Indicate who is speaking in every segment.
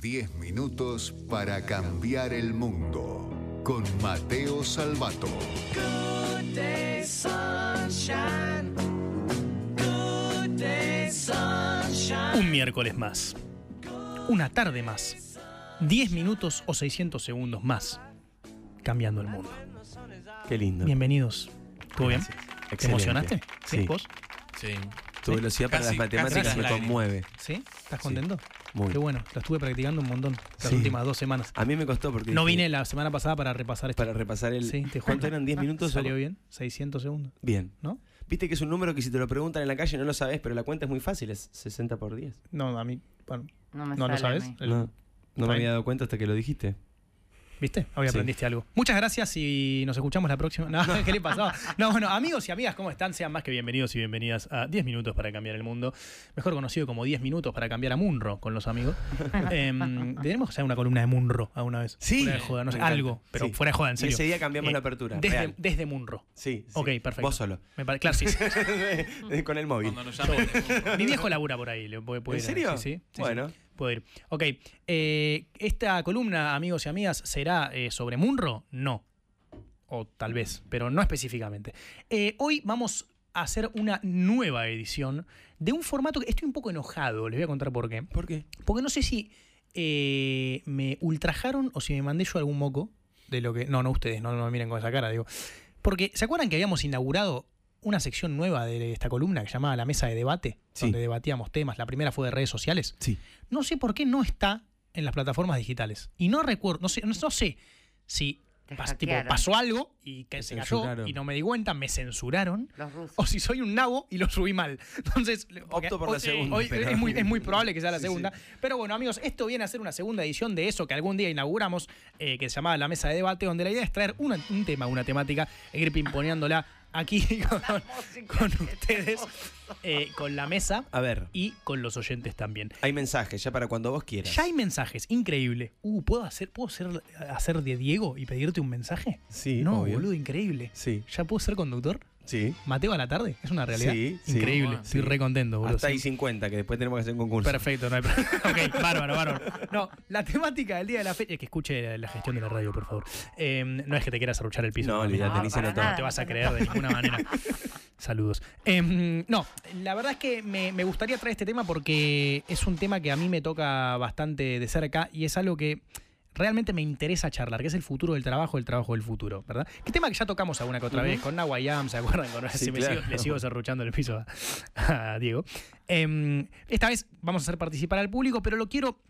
Speaker 1: 10 minutos para cambiar el mundo. Con Mateo Salvato.
Speaker 2: Good day, sunshine. Good day, sunshine.
Speaker 3: Un miércoles más. Una tarde más. 10 minutos o 600 segundos más. Cambiando el mundo.
Speaker 4: Qué lindo.
Speaker 3: Bienvenidos. ¿Todo bien? ¿Te
Speaker 4: Excelente.
Speaker 3: emocionaste?
Speaker 4: Sí.
Speaker 3: ¿Sí? ¿Vos?
Speaker 5: Sí.
Speaker 4: Tu velocidad para
Speaker 5: Casi-
Speaker 4: las matemáticas
Speaker 5: casi
Speaker 4: me
Speaker 5: al aire.
Speaker 4: conmueve.
Speaker 3: ¿Sí? ¿Estás contento?
Speaker 4: Muy.
Speaker 3: Qué bueno. Lo estuve practicando un montón las
Speaker 4: Sí.
Speaker 3: últimas dos semanas.
Speaker 4: A mí me costó porque.
Speaker 3: No
Speaker 4: dije,
Speaker 3: vine la semana pasada para repasar esto.
Speaker 4: Para repasar el.
Speaker 3: Sí, te juro. Ah,
Speaker 4: ¿Cuánto eran? ¿10 minutos?
Speaker 3: ¿Salió bien? 600 segundos.
Speaker 4: Bien.
Speaker 3: ¿No?
Speaker 4: Viste que es un número que si te lo preguntan en la calle no lo sabes, pero la cuenta es muy fácil, es 60 por 10.
Speaker 3: No, a mí. bueno,
Speaker 6: No me
Speaker 3: no, ¿no
Speaker 6: sale a
Speaker 3: sabes?
Speaker 6: mí.
Speaker 3: El-
Speaker 4: no, no
Speaker 3: Está
Speaker 4: me
Speaker 3: bien.
Speaker 4: había dado cuenta hasta que lo dijiste.
Speaker 3: ¿Viste? Hoy
Speaker 4: Sí.
Speaker 3: aprendiste algo. Muchas gracias y nos escuchamos la próxima. No, ¿qué le pasaba? No, bueno, amigos y amigas, ¿cómo están? Sean más que bienvenidos y bienvenidas a 10 minutos para cambiar el mundo. Mejor conocido como 10 minutos para cambiar a Munro con los amigos. Em, tenemos que hacer una columna de Munro alguna vez.
Speaker 4: Sí.
Speaker 3: Fuera de joda, no sé,
Speaker 4: Me encanta.
Speaker 3: algo, pero
Speaker 4: Sí.
Speaker 3: fuera de joda, en
Speaker 4: Y
Speaker 3: serio.
Speaker 4: enseguida cambiamos
Speaker 3: Eh,
Speaker 4: la apertura,
Speaker 3: Desde,
Speaker 4: real.
Speaker 3: desde Munro.
Speaker 4: Sí. sí.
Speaker 3: Ok, perfecto.
Speaker 4: Vos solo.
Speaker 3: Me pare- claro, sí, sí.
Speaker 4: Con el móvil.
Speaker 5: Cuando nos llamen.
Speaker 3: Mi viejo labura por ahí. le puede- puede
Speaker 4: ¿En
Speaker 3: ir a-
Speaker 4: serio?
Speaker 3: sí, sí, sí, sí.
Speaker 4: bueno,
Speaker 3: Puedo ir. Ok. eh, ¿Esta columna, amigos y amigas, será eh, sobre Munro? No. O tal vez, pero no específicamente. Eh, hoy vamos a hacer una nueva edición de un formato que estoy un poco enojado, les voy a contar por qué.
Speaker 4: ¿por qué?
Speaker 3: Porque no sé si eh, me ultrajaron o si me mandé yo algún moco de lo que... No, no ustedes, no, no me miren con esa cara, digo. Porque, ¿se acuerdan que habíamos inaugurado una sección nueva de esta columna que se llamaba La Mesa de Debate?
Speaker 4: Sí.
Speaker 3: Donde debatíamos temas. La primera fue de redes sociales
Speaker 4: Sí.
Speaker 3: no sé por qué no está en las plataformas digitales. Y no recuerdo, no sé, no, no sé si
Speaker 6: Te
Speaker 3: pas- tipo,
Speaker 6: hackearon.
Speaker 3: pasó algo y que
Speaker 4: Te
Speaker 3: se cayó
Speaker 4: censuraron.
Speaker 3: y no me di cuenta, me censuraron.
Speaker 6: Los rusos.
Speaker 3: O si soy un nabo y lo subí mal. Entonces, porque
Speaker 4: por la
Speaker 3: hoy-
Speaker 4: segunda,
Speaker 3: hoy
Speaker 4: pero-
Speaker 3: es, muy, es muy probable que sea la
Speaker 4: Sí,
Speaker 3: segunda. Pero bueno, amigos, esto viene a ser una segunda edición de eso que algún día inauguramos, eh, que se llamaba La Mesa de Debate, donde la idea es traer una- un tema, una temática, e ir pimponeándola aquí con, con ustedes, eh, con la mesa
Speaker 4: A ver,
Speaker 3: y con los oyentes también.
Speaker 4: hay mensajes ya para cuando vos quieras.
Speaker 3: Ya hay mensajes, increíble. Uh, ¿puedo hacer, puedo ser, hacer de Diego y pedirte un mensaje?
Speaker 4: Sí,
Speaker 3: no,
Speaker 4: obvio.
Speaker 3: boludo, increíble.
Speaker 4: Sí.
Speaker 3: ¿Ya puedo ser conductor?
Speaker 4: Sí.
Speaker 3: ¿Mateo a la tarde? Es una realidad.
Speaker 4: Sí, sí.
Speaker 3: increíble.
Speaker 5: Bueno,
Speaker 3: Estoy
Speaker 4: sí.
Speaker 3: re contento, boludo.
Speaker 4: Hasta
Speaker 3: Sí.
Speaker 4: ahí 50, que después tenemos que hacer un concurso.
Speaker 3: Perfecto, no hay problema. Ok, bárbaro, bárbaro. No, la temática del día de la fecha es que escuche la- la gestión de la radio, por favfavor. Eh, no es que te quieras arruchar el piso.
Speaker 4: No, olvídate,
Speaker 3: no,
Speaker 6: ni se
Speaker 3: para
Speaker 6: notó.
Speaker 3: nada, No te vas a creer de ninguna manera. Saludos. Eh, no, la verdad es que me, me gustaría traer este tema porque es un tema que a mí me toca bastante de cerca y es algo que realmente me interesa charlar, que es el futuro del trabajo, el trabajo del futuro, ¿verdad? Qué tema que ya tocamos alguna que otra vez con Nahuayam, ¿se acuerdan? Con,
Speaker 4: Sí,
Speaker 3: si me
Speaker 4: claro.
Speaker 3: sigo- le sigo cerruchando el piso a- a Diego. Em, esta vez vamos a hacer participar al público, pero lo quiero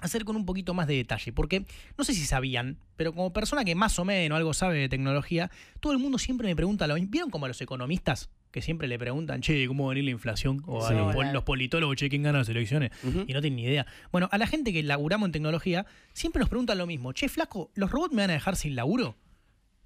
Speaker 3: hacer con un poquito más de detalle, porque no sé si sabían, pero como persona que más o menos algo sabe de tecnología, todo el mundo siempre me pregunta lo mismo. ¿Vieron como a los economistas? Que siempre le preguntan, che, ¿cómo va a venir la inflación? O a
Speaker 4: Sí.
Speaker 3: los, pol- los politólogos, che, ¿quién gana las elecciones?
Speaker 4: Ujú.
Speaker 3: Y no tienen ni idea. Bueno, a la gente que laburamos en tecnología, siempre nos preguntan lo mismo. Che, flaco, ¿los robots me van a dejar sin laburo?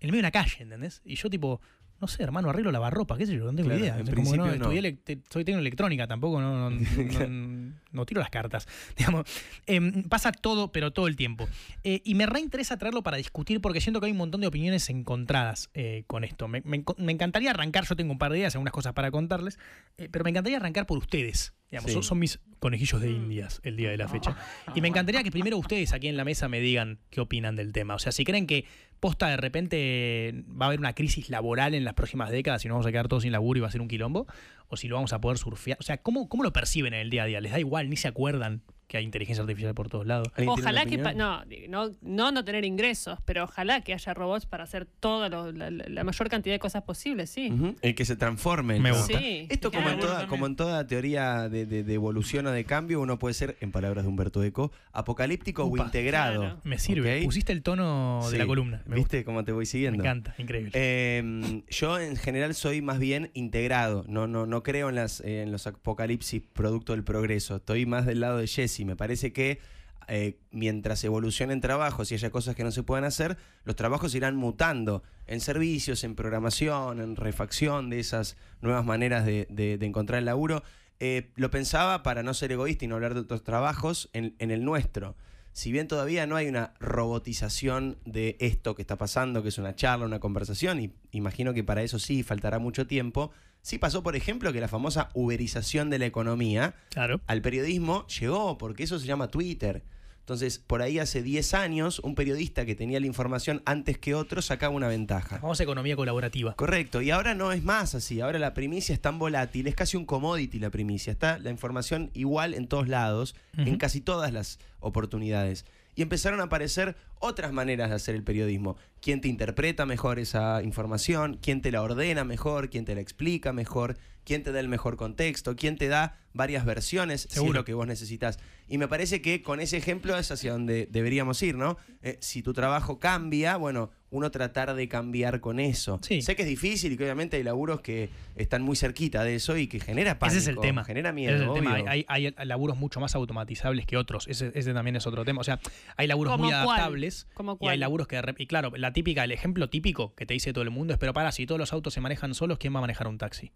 Speaker 3: En el medio de una calle, ¿entendés? Y yo tipo, no sé, hermano, arreglo lavarropa, qué sé yo, no tengo
Speaker 4: Claro,
Speaker 3: idea.
Speaker 4: en
Speaker 3: O sea, como que no,
Speaker 4: principio no.
Speaker 3: estudié elec- te- soy técnico en electrónica, tampoco no, no- no- no- no tiro las cartas. Digamos, Em, pasa todo, pero todo el tiempo. Eh, y me reinteresa traerlo para discutir porque siento que hay un montón de opiniones encontradas eh, con esto. Me, me enco- me encantaría arrancar, yo tengo un par de ideas, algunas cosas para contarles, eh, pero me encantaría arrancar por ustedes. Digamos,
Speaker 4: Sí.
Speaker 3: son, son mis conejillos de indias el día de la fecha. Y me encantaría que primero ustedes aquí en la mesa me digan qué opinan del tema. O sea, si creen que posta de repente va a haber una crisis laboral en las próximas décadas y nos vamos a quedar todos sin laburo y va a ser un quilombo, o si lo vamos a poder surfear. O sea, ¿cómo, cómo lo perciben en el día a día? ¿Les da igual? ¿Ni se acuerdan que hay inteligencia artificial por todos lados?
Speaker 4: ¿Alguien tiene
Speaker 7: Ojalá
Speaker 4: una
Speaker 7: que pa-
Speaker 4: opinión?
Speaker 7: no, no no no tener ingresos, pero ojalá que haya robots para hacer toda lo- la, la- la mayor cantidad de cosas posibles, sí.
Speaker 4: Ujú, El que se transforme.
Speaker 3: Me
Speaker 4: ¿no?
Speaker 3: gusta.
Speaker 7: Sí,
Speaker 4: Esto como en,
Speaker 7: claro.
Speaker 4: toda, como en toda teoría de, de- de evolución o de cambio, uno puede ser, en palabras de Humberto Eco, apocalíptico
Speaker 3: Upa.
Speaker 4: o integrado.
Speaker 7: Claro.
Speaker 3: Me sirve.
Speaker 4: ¿ok?
Speaker 3: Pusiste el tono de
Speaker 4: Sí.
Speaker 3: la columna. Me, gusta,
Speaker 4: ¿Viste cómo te voy
Speaker 3: me
Speaker 4: siguiendo?
Speaker 3: encanta, increíble.
Speaker 4: Eh, yo en general soy más bien integrado, no, no, no creo en, las, eh, en los apocalipsis producto del progreso, estoy más del lado de Jesse, me parece que eh, mientras evolucionen trabajos y haya cosas que no se puedan hacer, los trabajos irán mutando en servicios, en programación, en refacción de esas nuevas maneras de, de- de encontrar el laburo. Eh, lo pensaba para no ser egoísta y no hablar de otros trabajos en- en el nuestro si bien todavía no hay una robotización de esto que está pasando, que es una charla, una conversación, y imagino que para eso sí faltará mucho tiempo, sí pasó, por ejemplo, que la famosa uberización de la economía
Speaker 3: Claro.
Speaker 4: al periodismo llegó, porque eso se llama Twitter. Entonces, por ahí hace 10 años, un periodista que tenía la información antes que otro sacaba una ventaja.
Speaker 3: Vamos a economía colaborativa.
Speaker 4: Correcto, y ahora no es más así, ahora la primicia es tan volátil, es casi un commodity la primicia, está la información igual en todos lados, en
Speaker 3: Ujú.
Speaker 4: casi todas las oportunidades. Y empezaron a aparecer otras maneras de hacer el periodismo. Quién te interpreta mejor esa información, quién te la ordena mejor, quién te la explica mejor, quién te da el mejor contexto, quién te da varias versiones, si es
Speaker 3: Seguro.
Speaker 4: lo que vos necesitas. Y me parece que con ese ejemplo es hacia donde deberíamos ir, ¿no? Eh, si tu trabajo cambia, bueno, uno tratar de cambiar con eso.
Speaker 3: Sí.
Speaker 4: Sé que es difícil y que obviamente hay laburos que están muy cerquita de eso y que genera pánico.
Speaker 3: Ese es el tema.
Speaker 4: Genera miedo.
Speaker 3: Ese es el tema.
Speaker 4: obvio.
Speaker 3: Hay, hay- hay laburos mucho más automatizables que otros. Ese, ese también es otro tema. O sea, hay laburos
Speaker 7: ¿Cómo
Speaker 3: muy
Speaker 7: cuál?
Speaker 3: adaptables.
Speaker 7: ¿Cómo
Speaker 3: Y hay
Speaker 7: cuál?
Speaker 3: laburos que. de rep- Y claro, la típica, el ejemplo típico que te dice todo el mundo es: pero para, si todos los autos se manejan solos, ¿quién va a manejar un taxi?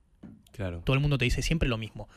Speaker 4: Claro.
Speaker 3: Todo el mundo te dice siempre lo mismo.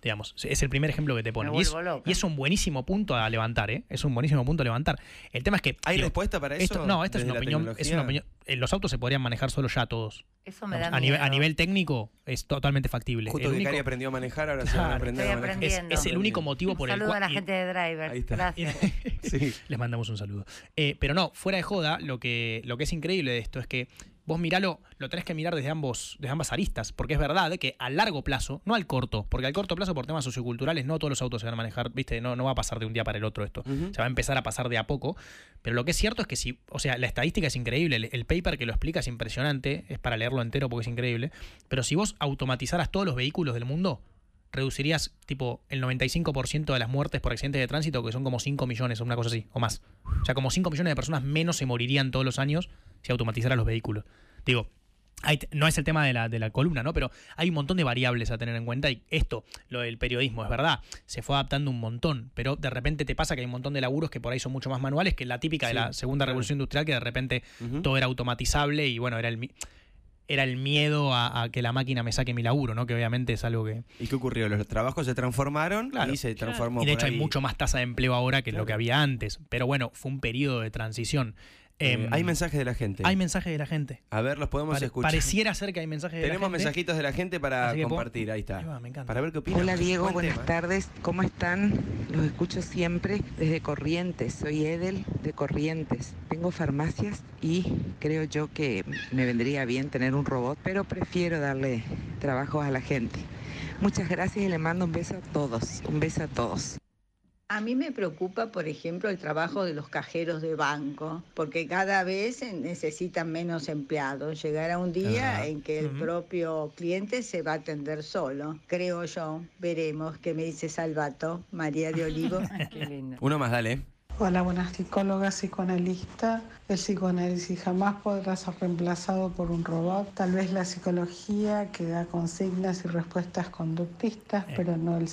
Speaker 3: Digamos, es el primer ejemplo que te ponen.
Speaker 5: Me
Speaker 3: Y es,
Speaker 5: vuelvo loca.
Speaker 3: y es un buenísimo punto a levantar, ¿eh? Es un buenísimo punto a levantar. El tema es que.
Speaker 4: ¿Hay
Speaker 3: digo,
Speaker 4: respuesta para eso?
Speaker 3: esto, no, esta es
Speaker 4: desde
Speaker 3: una,
Speaker 4: la
Speaker 3: opinión, es
Speaker 4: tecnología?
Speaker 3: una opinión. eh, Los autos se podrían manejar solos ya todos.
Speaker 5: Eso me da
Speaker 3: Digamos,
Speaker 5: miedo.
Speaker 3: a, nivel, a nivel técnico es totalmente factible.
Speaker 4: Justo
Speaker 3: El
Speaker 4: que
Speaker 3: único-
Speaker 4: Cari aprendió a manejar, ahora se van
Speaker 3: Claro.
Speaker 4: a aprender
Speaker 5: Estoy
Speaker 4: a manejar.
Speaker 3: es,
Speaker 5: aprendiendo.
Speaker 3: es el único motivo por el
Speaker 5: Saludo
Speaker 3: cual.
Speaker 5: a la
Speaker 3: y-
Speaker 5: gente de Driver.
Speaker 4: Ahí está.
Speaker 5: Gracias.
Speaker 4: Sí.
Speaker 3: Les mandamos un saludo. Eh, pero no, fuera de joda, lo que, lo que es increíble de esto es que vos miralo, lo tenés que mirar desde, ambos, desde ambas aristas, porque es verdad de que a largo plazo, no al corto, porque al corto plazo por temas socioculturales no todos los autos se van a manejar, viste, no, no va a pasar de un día para el otro esto,
Speaker 4: Ujú.
Speaker 3: se va a empezar a pasar de a poco, pero lo que es cierto es que si, o sea, la estadística es increíble, el, el paper que lo explica es impresionante, es para leerlo entero porque es increíble, pero si vos automatizaras todos los vehículos del mundo, reducirías tipo el 95% de las muertes por accidentes de tránsito, que son como 5 millones o una cosa así, o más. O sea, como 5 millones de personas menos se morirían todos los años si automatizaras los vehículos. Digo, hay t- no es el tema de la, de la columna, ¿no? Pero hay un montón de variables a tener en cuenta y esto, lo del periodismo, es verdad, se fue adaptando un montón, pero de repente te pasa que hay un montón de laburos que por ahí son mucho más manuales que la típica de
Speaker 4: Sí,
Speaker 3: la segunda
Speaker 4: claro.
Speaker 3: revolución industrial, que de repente
Speaker 4: Ujú.
Speaker 3: todo era automatizable y bueno, era el... mi- Era el miedo a, a que la máquina me saque mi laburo, ¿no? Que obviamente es algo que,
Speaker 4: ¿Y qué ocurrió? Los trabajos se transformaron
Speaker 3: Claro.
Speaker 4: y se transformó.
Speaker 3: y de
Speaker 4: por
Speaker 3: hecho hay
Speaker 4: ahí.
Speaker 3: mucho más tasa de empleo ahora que lo
Speaker 4: Claro.
Speaker 3: que había antes. Pero bueno, fue un periodo de transición.
Speaker 4: Eh,
Speaker 3: Em,
Speaker 4: hay mensajes de la gente.
Speaker 3: hay mensajes de la gente.
Speaker 4: a ver, los podemos
Speaker 3: Pare-
Speaker 4: escuchar.
Speaker 3: pareciera ser que hay mensajes de la
Speaker 4: Tenemos
Speaker 3: gente.
Speaker 4: mensajitos de la gente para
Speaker 3: Así que po-
Speaker 4: compartir. Ahí
Speaker 3: Ahí
Speaker 4: está.
Speaker 3: va, me encanta.
Speaker 4: Para ver qué opinan.
Speaker 6: Hola Diego,
Speaker 4: Buen
Speaker 6: buenas
Speaker 4: tema. ¿eh?
Speaker 6: tardes. ¿Cómo están? Los escucho siempre desde Corrientes. Soy Edel de Corrientes. Tengo farmacias y creo yo que me vendría bien tener un robot, pero prefiero darle trabajo a la gente. Muchas gracias y le mando un beso a todos. Un beso a todos.
Speaker 8: A mí me preocupa, por ejemplo, el trabajo de los cajeros de banco, porque cada vez eh, necesitan menos empleados. Llegará un día
Speaker 4: Ajá.
Speaker 8: en que el
Speaker 3: Ujú.
Speaker 8: propio cliente se va a atender solo, creo yo. Veremos qué me dice Salvato, María de Olivo.
Speaker 5: Qué lindo.
Speaker 4: Uno más, dale.
Speaker 9: Hola, buenas psicólogas, psicoanalista. El psicoanálisis jamás podrá ser reemplazado por un robot. Tal vez la psicología que da consignas y respuestas conductistas, pero no el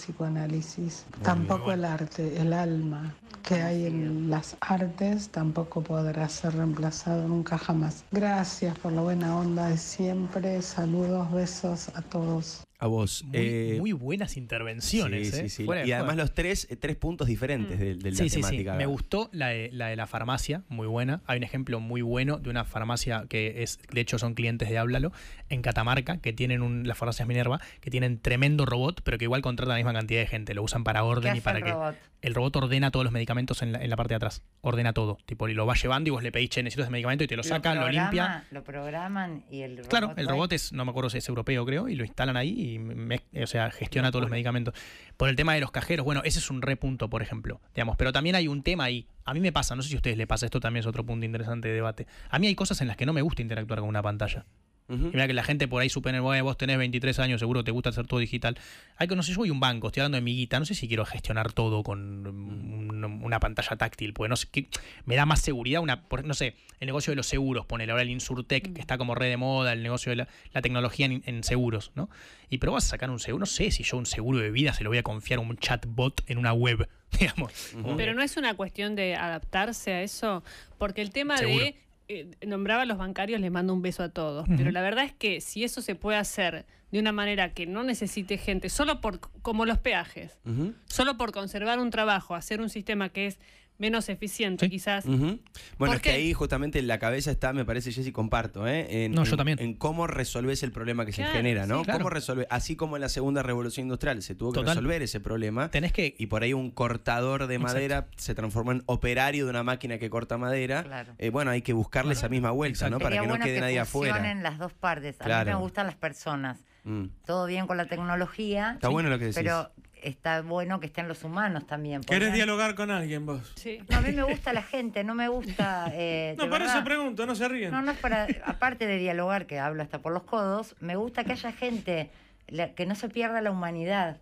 Speaker 9: psicoanálisis. tampoco el arte, el alma que hay en las artes tampoco podrá ser reemplazado nunca jamás. Gracias por la buena onda de siempre. Saludos, besos a todos.
Speaker 4: A vos.
Speaker 3: Muy,
Speaker 4: Eh,
Speaker 3: muy buenas intervenciones.
Speaker 4: sí,
Speaker 3: eh.
Speaker 4: sí, sí.
Speaker 3: Fuera de
Speaker 4: Y además
Speaker 3: joda.
Speaker 4: los tres, eh, tres puntos diferentes de, de la
Speaker 3: Sí, sí, sí.
Speaker 4: temática.
Speaker 3: Me gustó la de, la de la farmacia, muy buena. Hay un ejemplo muy bueno de una farmacia que es, de hecho, son clientes de Háblalo, en Catamarca, que tienen un, las farmacias Minerva, que tienen tremendo robot, pero que igual contratan la misma cantidad de gente. Lo usan para
Speaker 5: ¿Qué
Speaker 3: orden y
Speaker 5: hace
Speaker 3: para
Speaker 5: el
Speaker 3: que.
Speaker 5: robot?
Speaker 3: El robot ordena todos los medicamentos en la, en la parte de atrás. Ordena todo. Tipo, y lo va llevando y vos le pedís, che, necesito ese medicamento y te lo saca, lo,
Speaker 5: programa-
Speaker 3: limpia.
Speaker 5: Lo programan y el robot.
Speaker 3: Claro, el
Speaker 5: va y-
Speaker 3: robot es, no me acuerdo si es europeo, creo, y lo instalan ahí y me- o sea, gestiona todos los medicamentos. Por el tema de los cajeros, bueno, ese es un repunto, por ejemplo. Digamos, pero también hay un tema ahí. A mí me pasa, no sé si a ustedes les pasa, esto también es otro punto interesante de debate. A mí hay cosas en las que no me gusta interactuar con una pantalla.
Speaker 4: Ujú.
Speaker 3: Y mira que la gente por ahí supone, "Bueno, vos tenés 23 años, seguro te gusta hacer todo digital. Hay que, no sé, yo voy a un banco, estoy hablando de mi guita, no sé si quiero gestionar todo con un- una pantalla táctil, porque no sé, qué- me da más seguridad, una, por- no sé, el negocio de los seguros, ponele ahora el Insurtech, que está como red de moda, el negocio de la, la tecnología en, en seguros, ¿no? Y pero vas a sacar un seguro, no sé si yo un seguro de vida se lo voy a confiar a un chatbot en una web, digamos. Como que-
Speaker 7: Pero no es una cuestión de adaptarse a eso, porque el tema
Speaker 3: Seguro.
Speaker 7: de eh, nombraba a los bancarios, les mando un beso a todos,
Speaker 3: Ujú.
Speaker 7: pero la verdad es que si eso se puede hacer de una manera que no necesite gente, solo por como los peajes,
Speaker 4: Ujú.
Speaker 7: solo por conservar un trabajo, hacer un sistema que es menos eficiente,
Speaker 3: Sí.
Speaker 7: quizás.
Speaker 4: Ujú. Bueno,
Speaker 7: ¿Por
Speaker 4: es que
Speaker 7: qué?
Speaker 4: ahí justamente la cabeza está, me parece, Jessy, comparto, ¿eh? En,
Speaker 3: No, yo
Speaker 4: en-
Speaker 3: también.
Speaker 4: En cómo resolves el problema que
Speaker 7: Claro,
Speaker 4: se genera, ¿no?
Speaker 7: sí.
Speaker 3: Claro.
Speaker 4: ¿Cómo resolve? Así como en la segunda revolución industrial se tuvo que
Speaker 3: Total.
Speaker 4: resolver ese problema.
Speaker 3: Tenés que
Speaker 4: Y por ahí un cortador de
Speaker 3: Exacto.
Speaker 4: madera se transformó en operario de una máquina que corta madera.
Speaker 5: Claro.
Speaker 4: Eh, bueno, hay que buscarle esa misma vuelta,
Speaker 3: Exacto.
Speaker 4: ¿no? Para
Speaker 5: Sería
Speaker 4: que no
Speaker 5: bueno
Speaker 4: quede
Speaker 5: que
Speaker 4: nadie afuera.
Speaker 5: fusionen las dos partes. A mí
Speaker 4: Claro.
Speaker 5: me gustan las personas.
Speaker 4: Mm.
Speaker 5: Todo bien con la tecnología.
Speaker 4: Está bueno lo que decís.
Speaker 5: Pero está bueno que estén los humanos también. porque-
Speaker 10: ¿Querés dialogar con alguien vos?
Speaker 7: Sí.
Speaker 5: No, a mí me gusta la gente, no me gusta. eh,
Speaker 10: No,
Speaker 5: de
Speaker 10: para
Speaker 5: verdad.
Speaker 10: eso pregunto, no se ríen.
Speaker 5: No, no es para. Aparte de dialogar, que hablo hasta por los codos, me gusta que haya gente, la- que no se pierda la humanidad.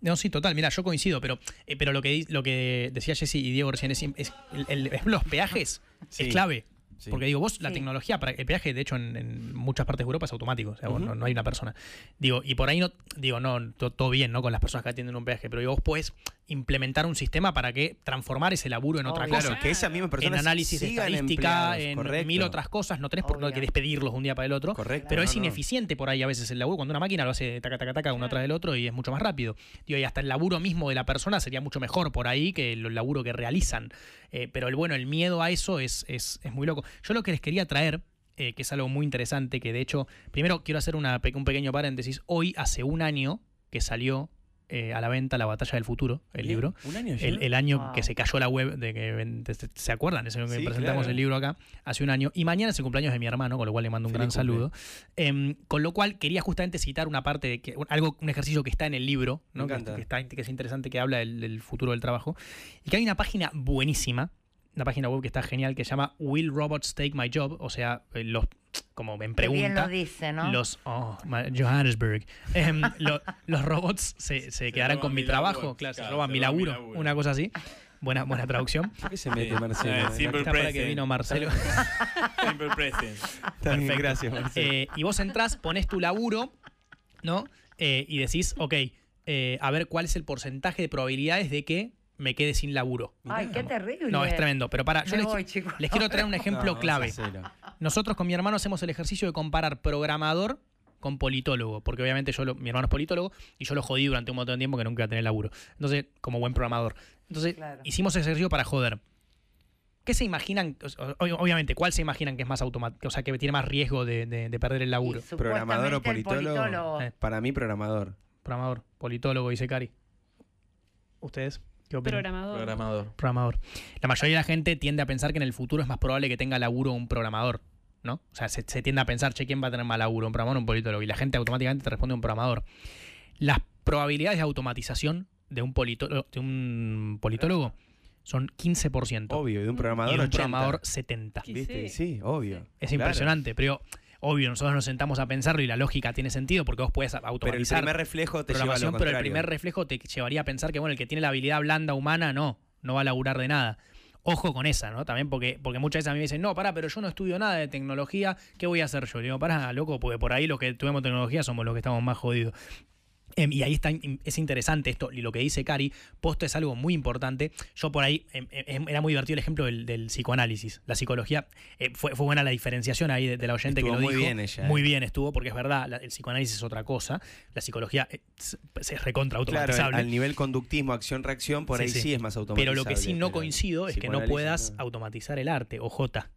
Speaker 3: No, sí, total. Mira, yo coincido, pero, eh, pero lo que di- lo que decía Jesse y Diego recién es, es- el- el- es los peajes
Speaker 4: Sí.
Speaker 3: es clave.
Speaker 4: Sí.
Speaker 3: Porque digo, vos la
Speaker 5: Sí.
Speaker 3: tecnología, para el peaje, de hecho, en, en muchas partes de Europa es automático, o sea, vos no, no hay una persona. Digo, y por ahí no, digo, no, to- todo bien, ¿no? Con las personas que atienden un peaje, pero digo, vos podés implementar un sistema para que transformar ese laburo en otra
Speaker 5: Obvio.
Speaker 3: cosa.
Speaker 4: Claro, que esas mismas
Speaker 3: En
Speaker 4: personas
Speaker 3: análisis de
Speaker 4: sigan
Speaker 3: estadística,
Speaker 4: empleados,
Speaker 3: en
Speaker 4: correcto.
Speaker 3: mil otras cosas, no tenés por no hay que
Speaker 5: Obvio.
Speaker 3: despedirlos de un día para el otro.
Speaker 4: Correcto,
Speaker 3: Pero
Speaker 4: no,
Speaker 3: es
Speaker 4: no.
Speaker 3: ineficiente por ahí a veces el laburo, cuando una máquina lo hace taca, taca, taca, uno tras del otro y es mucho más rápido. Digo, y hasta el laburo mismo de la persona sería mucho mejor por ahí que el laburo que realizan. Eh, pero el bueno, el miedo a eso es, es, es muy loco. Yo lo que les quería traer, eh, que es algo muy interesante, que de hecho, primero quiero hacer una, pe- un pequeño paréntesis. Hoy, hace un año que salió eh, a la venta La Batalla del Futuro, el
Speaker 4: Bien,
Speaker 3: libro.
Speaker 4: Un año ya.
Speaker 3: El, el año
Speaker 5: Wow.
Speaker 3: que se cayó la web, de que ven- de- de- ¿se acuerdan? Ese año que
Speaker 4: Sí,
Speaker 3: presentamos
Speaker 4: claro.
Speaker 3: el libro acá hace un año. Y mañana es el cumpleaños de mi hermano, con lo cual le mando un
Speaker 4: Feliz
Speaker 3: gran saludo. Em, con lo cual quería justamente citar una parte, de que, un- algo, un ejercicio que está en el libro, ¿no?
Speaker 4: Me
Speaker 3: que,
Speaker 4: encanta.
Speaker 3: que está, que es interesante, que habla del, del futuro del trabajo. Y que hay una página buenísima, una página web que está genial, que se llama Will Robots Take My Job? O sea, eh, los, como en
Speaker 5: Que
Speaker 3: pregunta.
Speaker 5: bien lo dice, ¿no?
Speaker 3: Los. Oh, ma- Johannesburg. Em, lo- los robots se, se quedarán
Speaker 10: roban
Speaker 3: con mi
Speaker 10: mi laburo,
Speaker 3: trabajo. Claro, se
Speaker 10: claro,
Speaker 3: roban
Speaker 10: se
Speaker 3: mi
Speaker 10: roban mi
Speaker 3: laburo.
Speaker 10: laburo.
Speaker 3: Una cosa así. Buena, buena traducción.
Speaker 4: ¿Por qué se mete Marcelo?
Speaker 10: Eh,
Speaker 4: Acá
Speaker 10: siempre
Speaker 3: Está
Speaker 4: está-
Speaker 3: para que vino Marcelo.
Speaker 10: Simple present.
Speaker 4: está bien, Gracias, Marcelo.
Speaker 3: Eh, y vos entrás, pones tu laburo, ¿no? Eh, y decís, ok, eh, a ver cuál es el porcentaje de probabilidades de que me quede sin laburo.
Speaker 5: Ay, qué terrible.
Speaker 3: No, es tremendo. Pero para, yo
Speaker 5: Me
Speaker 3: les,
Speaker 5: voy, chicos.
Speaker 3: les quiero traer un ejemplo
Speaker 4: No,
Speaker 3: clave.
Speaker 4: Marcelo.
Speaker 3: Nosotros con mi hermano hacemos el ejercicio de comparar programador con politólogo, porque obviamente yo lo- mi hermano es politólogo y yo lo jodí durante un montón de tiempo que nunca iba a tener laburo. Entonces, como buen programador. Entonces,
Speaker 5: Claro.
Speaker 3: hicimos ese ejercicio para joder. ¿Qué se imaginan? O sea, ob- Obviamente, ¿cuál se imaginan que es más automático? O sea, que tiene más riesgo de, de- de perder el
Speaker 5: Y
Speaker 3: laburo.
Speaker 4: ¿Programador o
Speaker 5: supuestamente el
Speaker 4: politólogo?
Speaker 3: Eh.
Speaker 4: Para mí, programador.
Speaker 3: Programador, politólogo, dice Cari. ¿Ustedes? ¿Qué opinan?
Speaker 5: Oh.
Speaker 7: Programador.
Speaker 10: Programador.
Speaker 3: programador. La mayoría de la gente tiende a pensar que en el futuro es más probable que tenga laburo un programador, ¿no? O sea, se, se tiende a pensar, che, ¿quién va a tener más laburo? ¿Un programador o un politólogo? Y la gente automáticamente te responde un programador. Las probabilidades de automatización de un, politó- de un politólogo son 15%.
Speaker 4: Obvio, y de un programador
Speaker 3: Y de un
Speaker 4: 80.
Speaker 3: programador 70.
Speaker 7: Y
Speaker 4: ¿Viste? Y
Speaker 7: sí.
Speaker 4: Sí, obvio.
Speaker 3: Es
Speaker 4: Claro.
Speaker 3: impresionante, pero obvio, nosotros nos sentamos a pensarlo y la lógica tiene sentido porque vos puedes
Speaker 4: Pero el
Speaker 3: automatizar
Speaker 4: primer reflejo te lleva a lo
Speaker 3: programación, pero el
Speaker 4: contrario.
Speaker 3: primer reflejo te llevaría a pensar que, bueno, el que tiene la habilidad blanda humana, no, no va a laburar de nada. Ojo con esa, ¿no? También porque, porque muchas veces a mí me dicen, no, pará, pero yo no estudio nada de tecnología, ¿qué voy a hacer yo? Y digo, pará, loco, porque por ahí los que estudiamos tecnología somos los que estamos más jodidos. Em, y ahí está, in- es interesante esto, y lo que dice Cari, posto es algo muy importante. Yo por ahí, em, em, era muy divertido el ejemplo del, del psicoanálisis, la psicología, eh, fue, fue buena la diferenciación ahí de, de la oyente que
Speaker 4: Estuvo
Speaker 3: lo
Speaker 4: muy
Speaker 3: dijo.
Speaker 4: bien ella,
Speaker 3: Muy
Speaker 4: eh.
Speaker 3: bien estuvo, porque es verdad, la- el psicoanálisis es otra cosa, la psicología eh, se se recontra
Speaker 4: Claro,
Speaker 3: automatizable.
Speaker 4: al nivel conductismo, acción-reacción, por
Speaker 3: Sí,
Speaker 4: ahí
Speaker 3: sí.
Speaker 4: sí. es más automatizable.
Speaker 3: pero lo que sí no
Speaker 4: pero
Speaker 3: coincido es que no
Speaker 4: psicoanálisis
Speaker 3: puedas
Speaker 4: no.
Speaker 3: automatizar el arte, o J,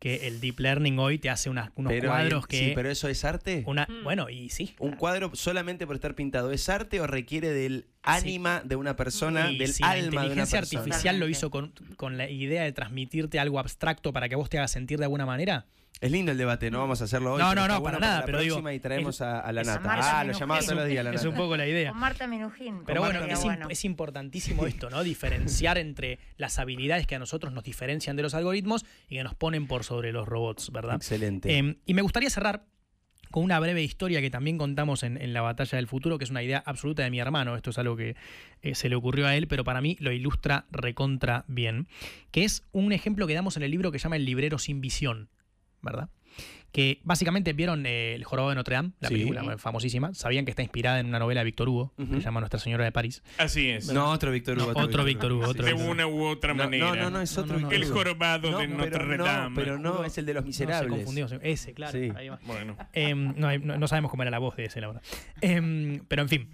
Speaker 3: que el deep learning hoy te hace unas- unos
Speaker 4: Pero ahí-
Speaker 3: cuadros que...
Speaker 4: Sí, pero eso es arte.
Speaker 3: una,
Speaker 7: Mm.
Speaker 3: Bueno, y sí.
Speaker 4: Un cuadro solamente por estar pintado, ¿es arte o requiere del ánima de una persona,
Speaker 3: Y
Speaker 4: del
Speaker 3: si
Speaker 4: alma
Speaker 3: la
Speaker 4: de una
Speaker 3: inteligencia
Speaker 4: persona?
Speaker 3: artificial lo hizo con, con la idea de transmitirte algo abstracto para que vos te hagas sentir de alguna manera.
Speaker 4: Es lindo el debate, no vamos a hacerlo hoy.
Speaker 3: No,
Speaker 4: pero
Speaker 3: no,
Speaker 4: está
Speaker 3: no,
Speaker 4: bueno
Speaker 3: para nada,
Speaker 4: la
Speaker 3: pero digo,
Speaker 4: próxima y traemos
Speaker 3: es-
Speaker 4: a, a la
Speaker 3: es
Speaker 4: nata.
Speaker 5: amargo,
Speaker 4: Ah,
Speaker 5: es
Speaker 4: lo
Speaker 5: un-
Speaker 4: llamaba
Speaker 5: es
Speaker 4: todos
Speaker 5: un-
Speaker 4: los días la
Speaker 3: Es un
Speaker 4: nata.
Speaker 3: poco la idea.
Speaker 5: Con Marta Minujín.
Speaker 3: Pero
Speaker 4: Con
Speaker 3: bueno,
Speaker 4: Marta
Speaker 3: es,
Speaker 5: Sería
Speaker 3: im- es importantísimo esto, ¿no? Diferenciar entre las habilidades que a nosotros nos diferencian de los algoritmos y que nos ponen por sobre los robots, ¿verdad?
Speaker 4: Excelente.
Speaker 3: Eh, y me gustaría cerrar con una breve historia que también contamos en, en La Batalla del Futuro, que es una idea absoluta de mi hermano. Esto es algo que eh, se le ocurrió a él, pero para mí lo ilustra recontra bien. Que es un ejemplo que damos en el libro que se llama El librero sin visión, ¿verdad? Que básicamente vieron eh, El Jorobado de Notre Dame, la
Speaker 4: Sí.
Speaker 3: película famosísima. Sabían que está inspirada en una novela de Víctor Hugo, que
Speaker 4: Ujú.
Speaker 3: se llama Nuestra Señora de París.
Speaker 10: Así es.
Speaker 4: no, otro Víctor Hugo.
Speaker 3: No, otro Víctor Hugo, otro
Speaker 10: de
Speaker 3: Víctor Hugo.
Speaker 10: una u otra
Speaker 4: No,
Speaker 10: manera.
Speaker 4: no, no, no, es
Speaker 3: No,
Speaker 4: otro
Speaker 3: no, no.
Speaker 10: El
Speaker 4: Víctor Hugo.
Speaker 10: jorobado de
Speaker 4: No,
Speaker 10: Notre
Speaker 4: pero
Speaker 10: Dame.
Speaker 4: No, pero no, es el de los miserables.
Speaker 3: No, se confundió. se- Ese, claro.
Speaker 4: Sí.
Speaker 3: ahí va.
Speaker 10: Bueno.
Speaker 3: Em, no, hay- no- no sabemos cómo era la voz de ese, la verdad. Em, pero en fin.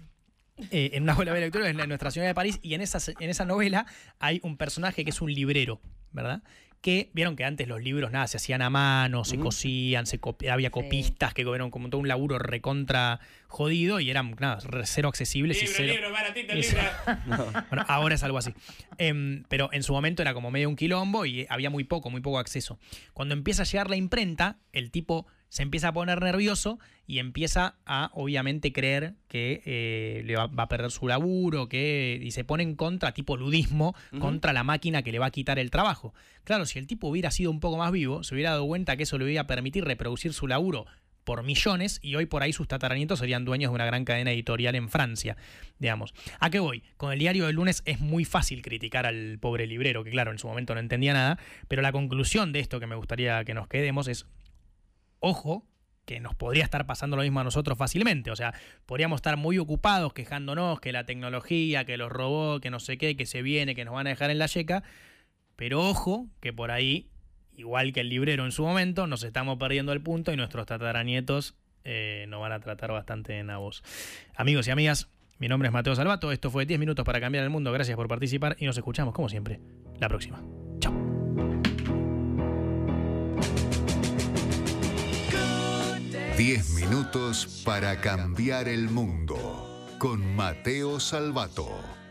Speaker 3: eh, en una novela de lectura en la- en nuestra ciudad de París, y en esa, se- en esa novela hay un personaje que es un librero, ¿verdad? Que vieron que antes los libros, nada, se hacían a mano, se cosían, se copi- había copistas que cobraron como todo un laburo recontra jodido y eran, nada, re- cero accesibles y cero.
Speaker 10: baratito,
Speaker 3: y cero- bueno, ahora es algo así. Em, pero en su momento era como medio un quilombo y había muy poco, muy poco acceso. Cuando empieza a llegar la imprenta, el tipo se empieza a poner nervioso y empieza a, obviamente, creer que eh, le va, va a perder su laburo, que, y se pone en contra, tipo ludismo,
Speaker 11: Ujú.
Speaker 3: contra la máquina que le va a quitar el trabajo. Claro, si el tipo hubiera sido un poco más vivo, se hubiera dado cuenta que eso le iba a permitir reproducir su laburo por millones y hoy por ahí sus tataranietos serían dueños de una gran cadena editorial en Francia, digamos. ¿A qué voy? Con el diario del lunes es muy fácil criticar al pobre librero, que claro, en su momento no entendía nada, pero la conclusión de esto que me gustaría que nos quedemos es, ojo, que nos podría estar pasando lo mismo a nosotros fácilmente, o sea, podríamos estar muy ocupados quejándonos que la tecnología, que los robots, que no sé qué, que se viene, que nos van a dejar en la yeca, pero ojo, que por ahí, igual que el librero en su momento, nos estamos perdiendo el punto y nuestros tataranietos eh, nos van a tratar bastante de nabos. Amigos y amigas, mi nombre es Mateo Salvato, esto fue 10 minutos para cambiar el mundo, gracias por participar y nos escuchamos, como siempre, la próxima.
Speaker 1: Diez minutos para cambiar el mundo. Con Mateo Salvato.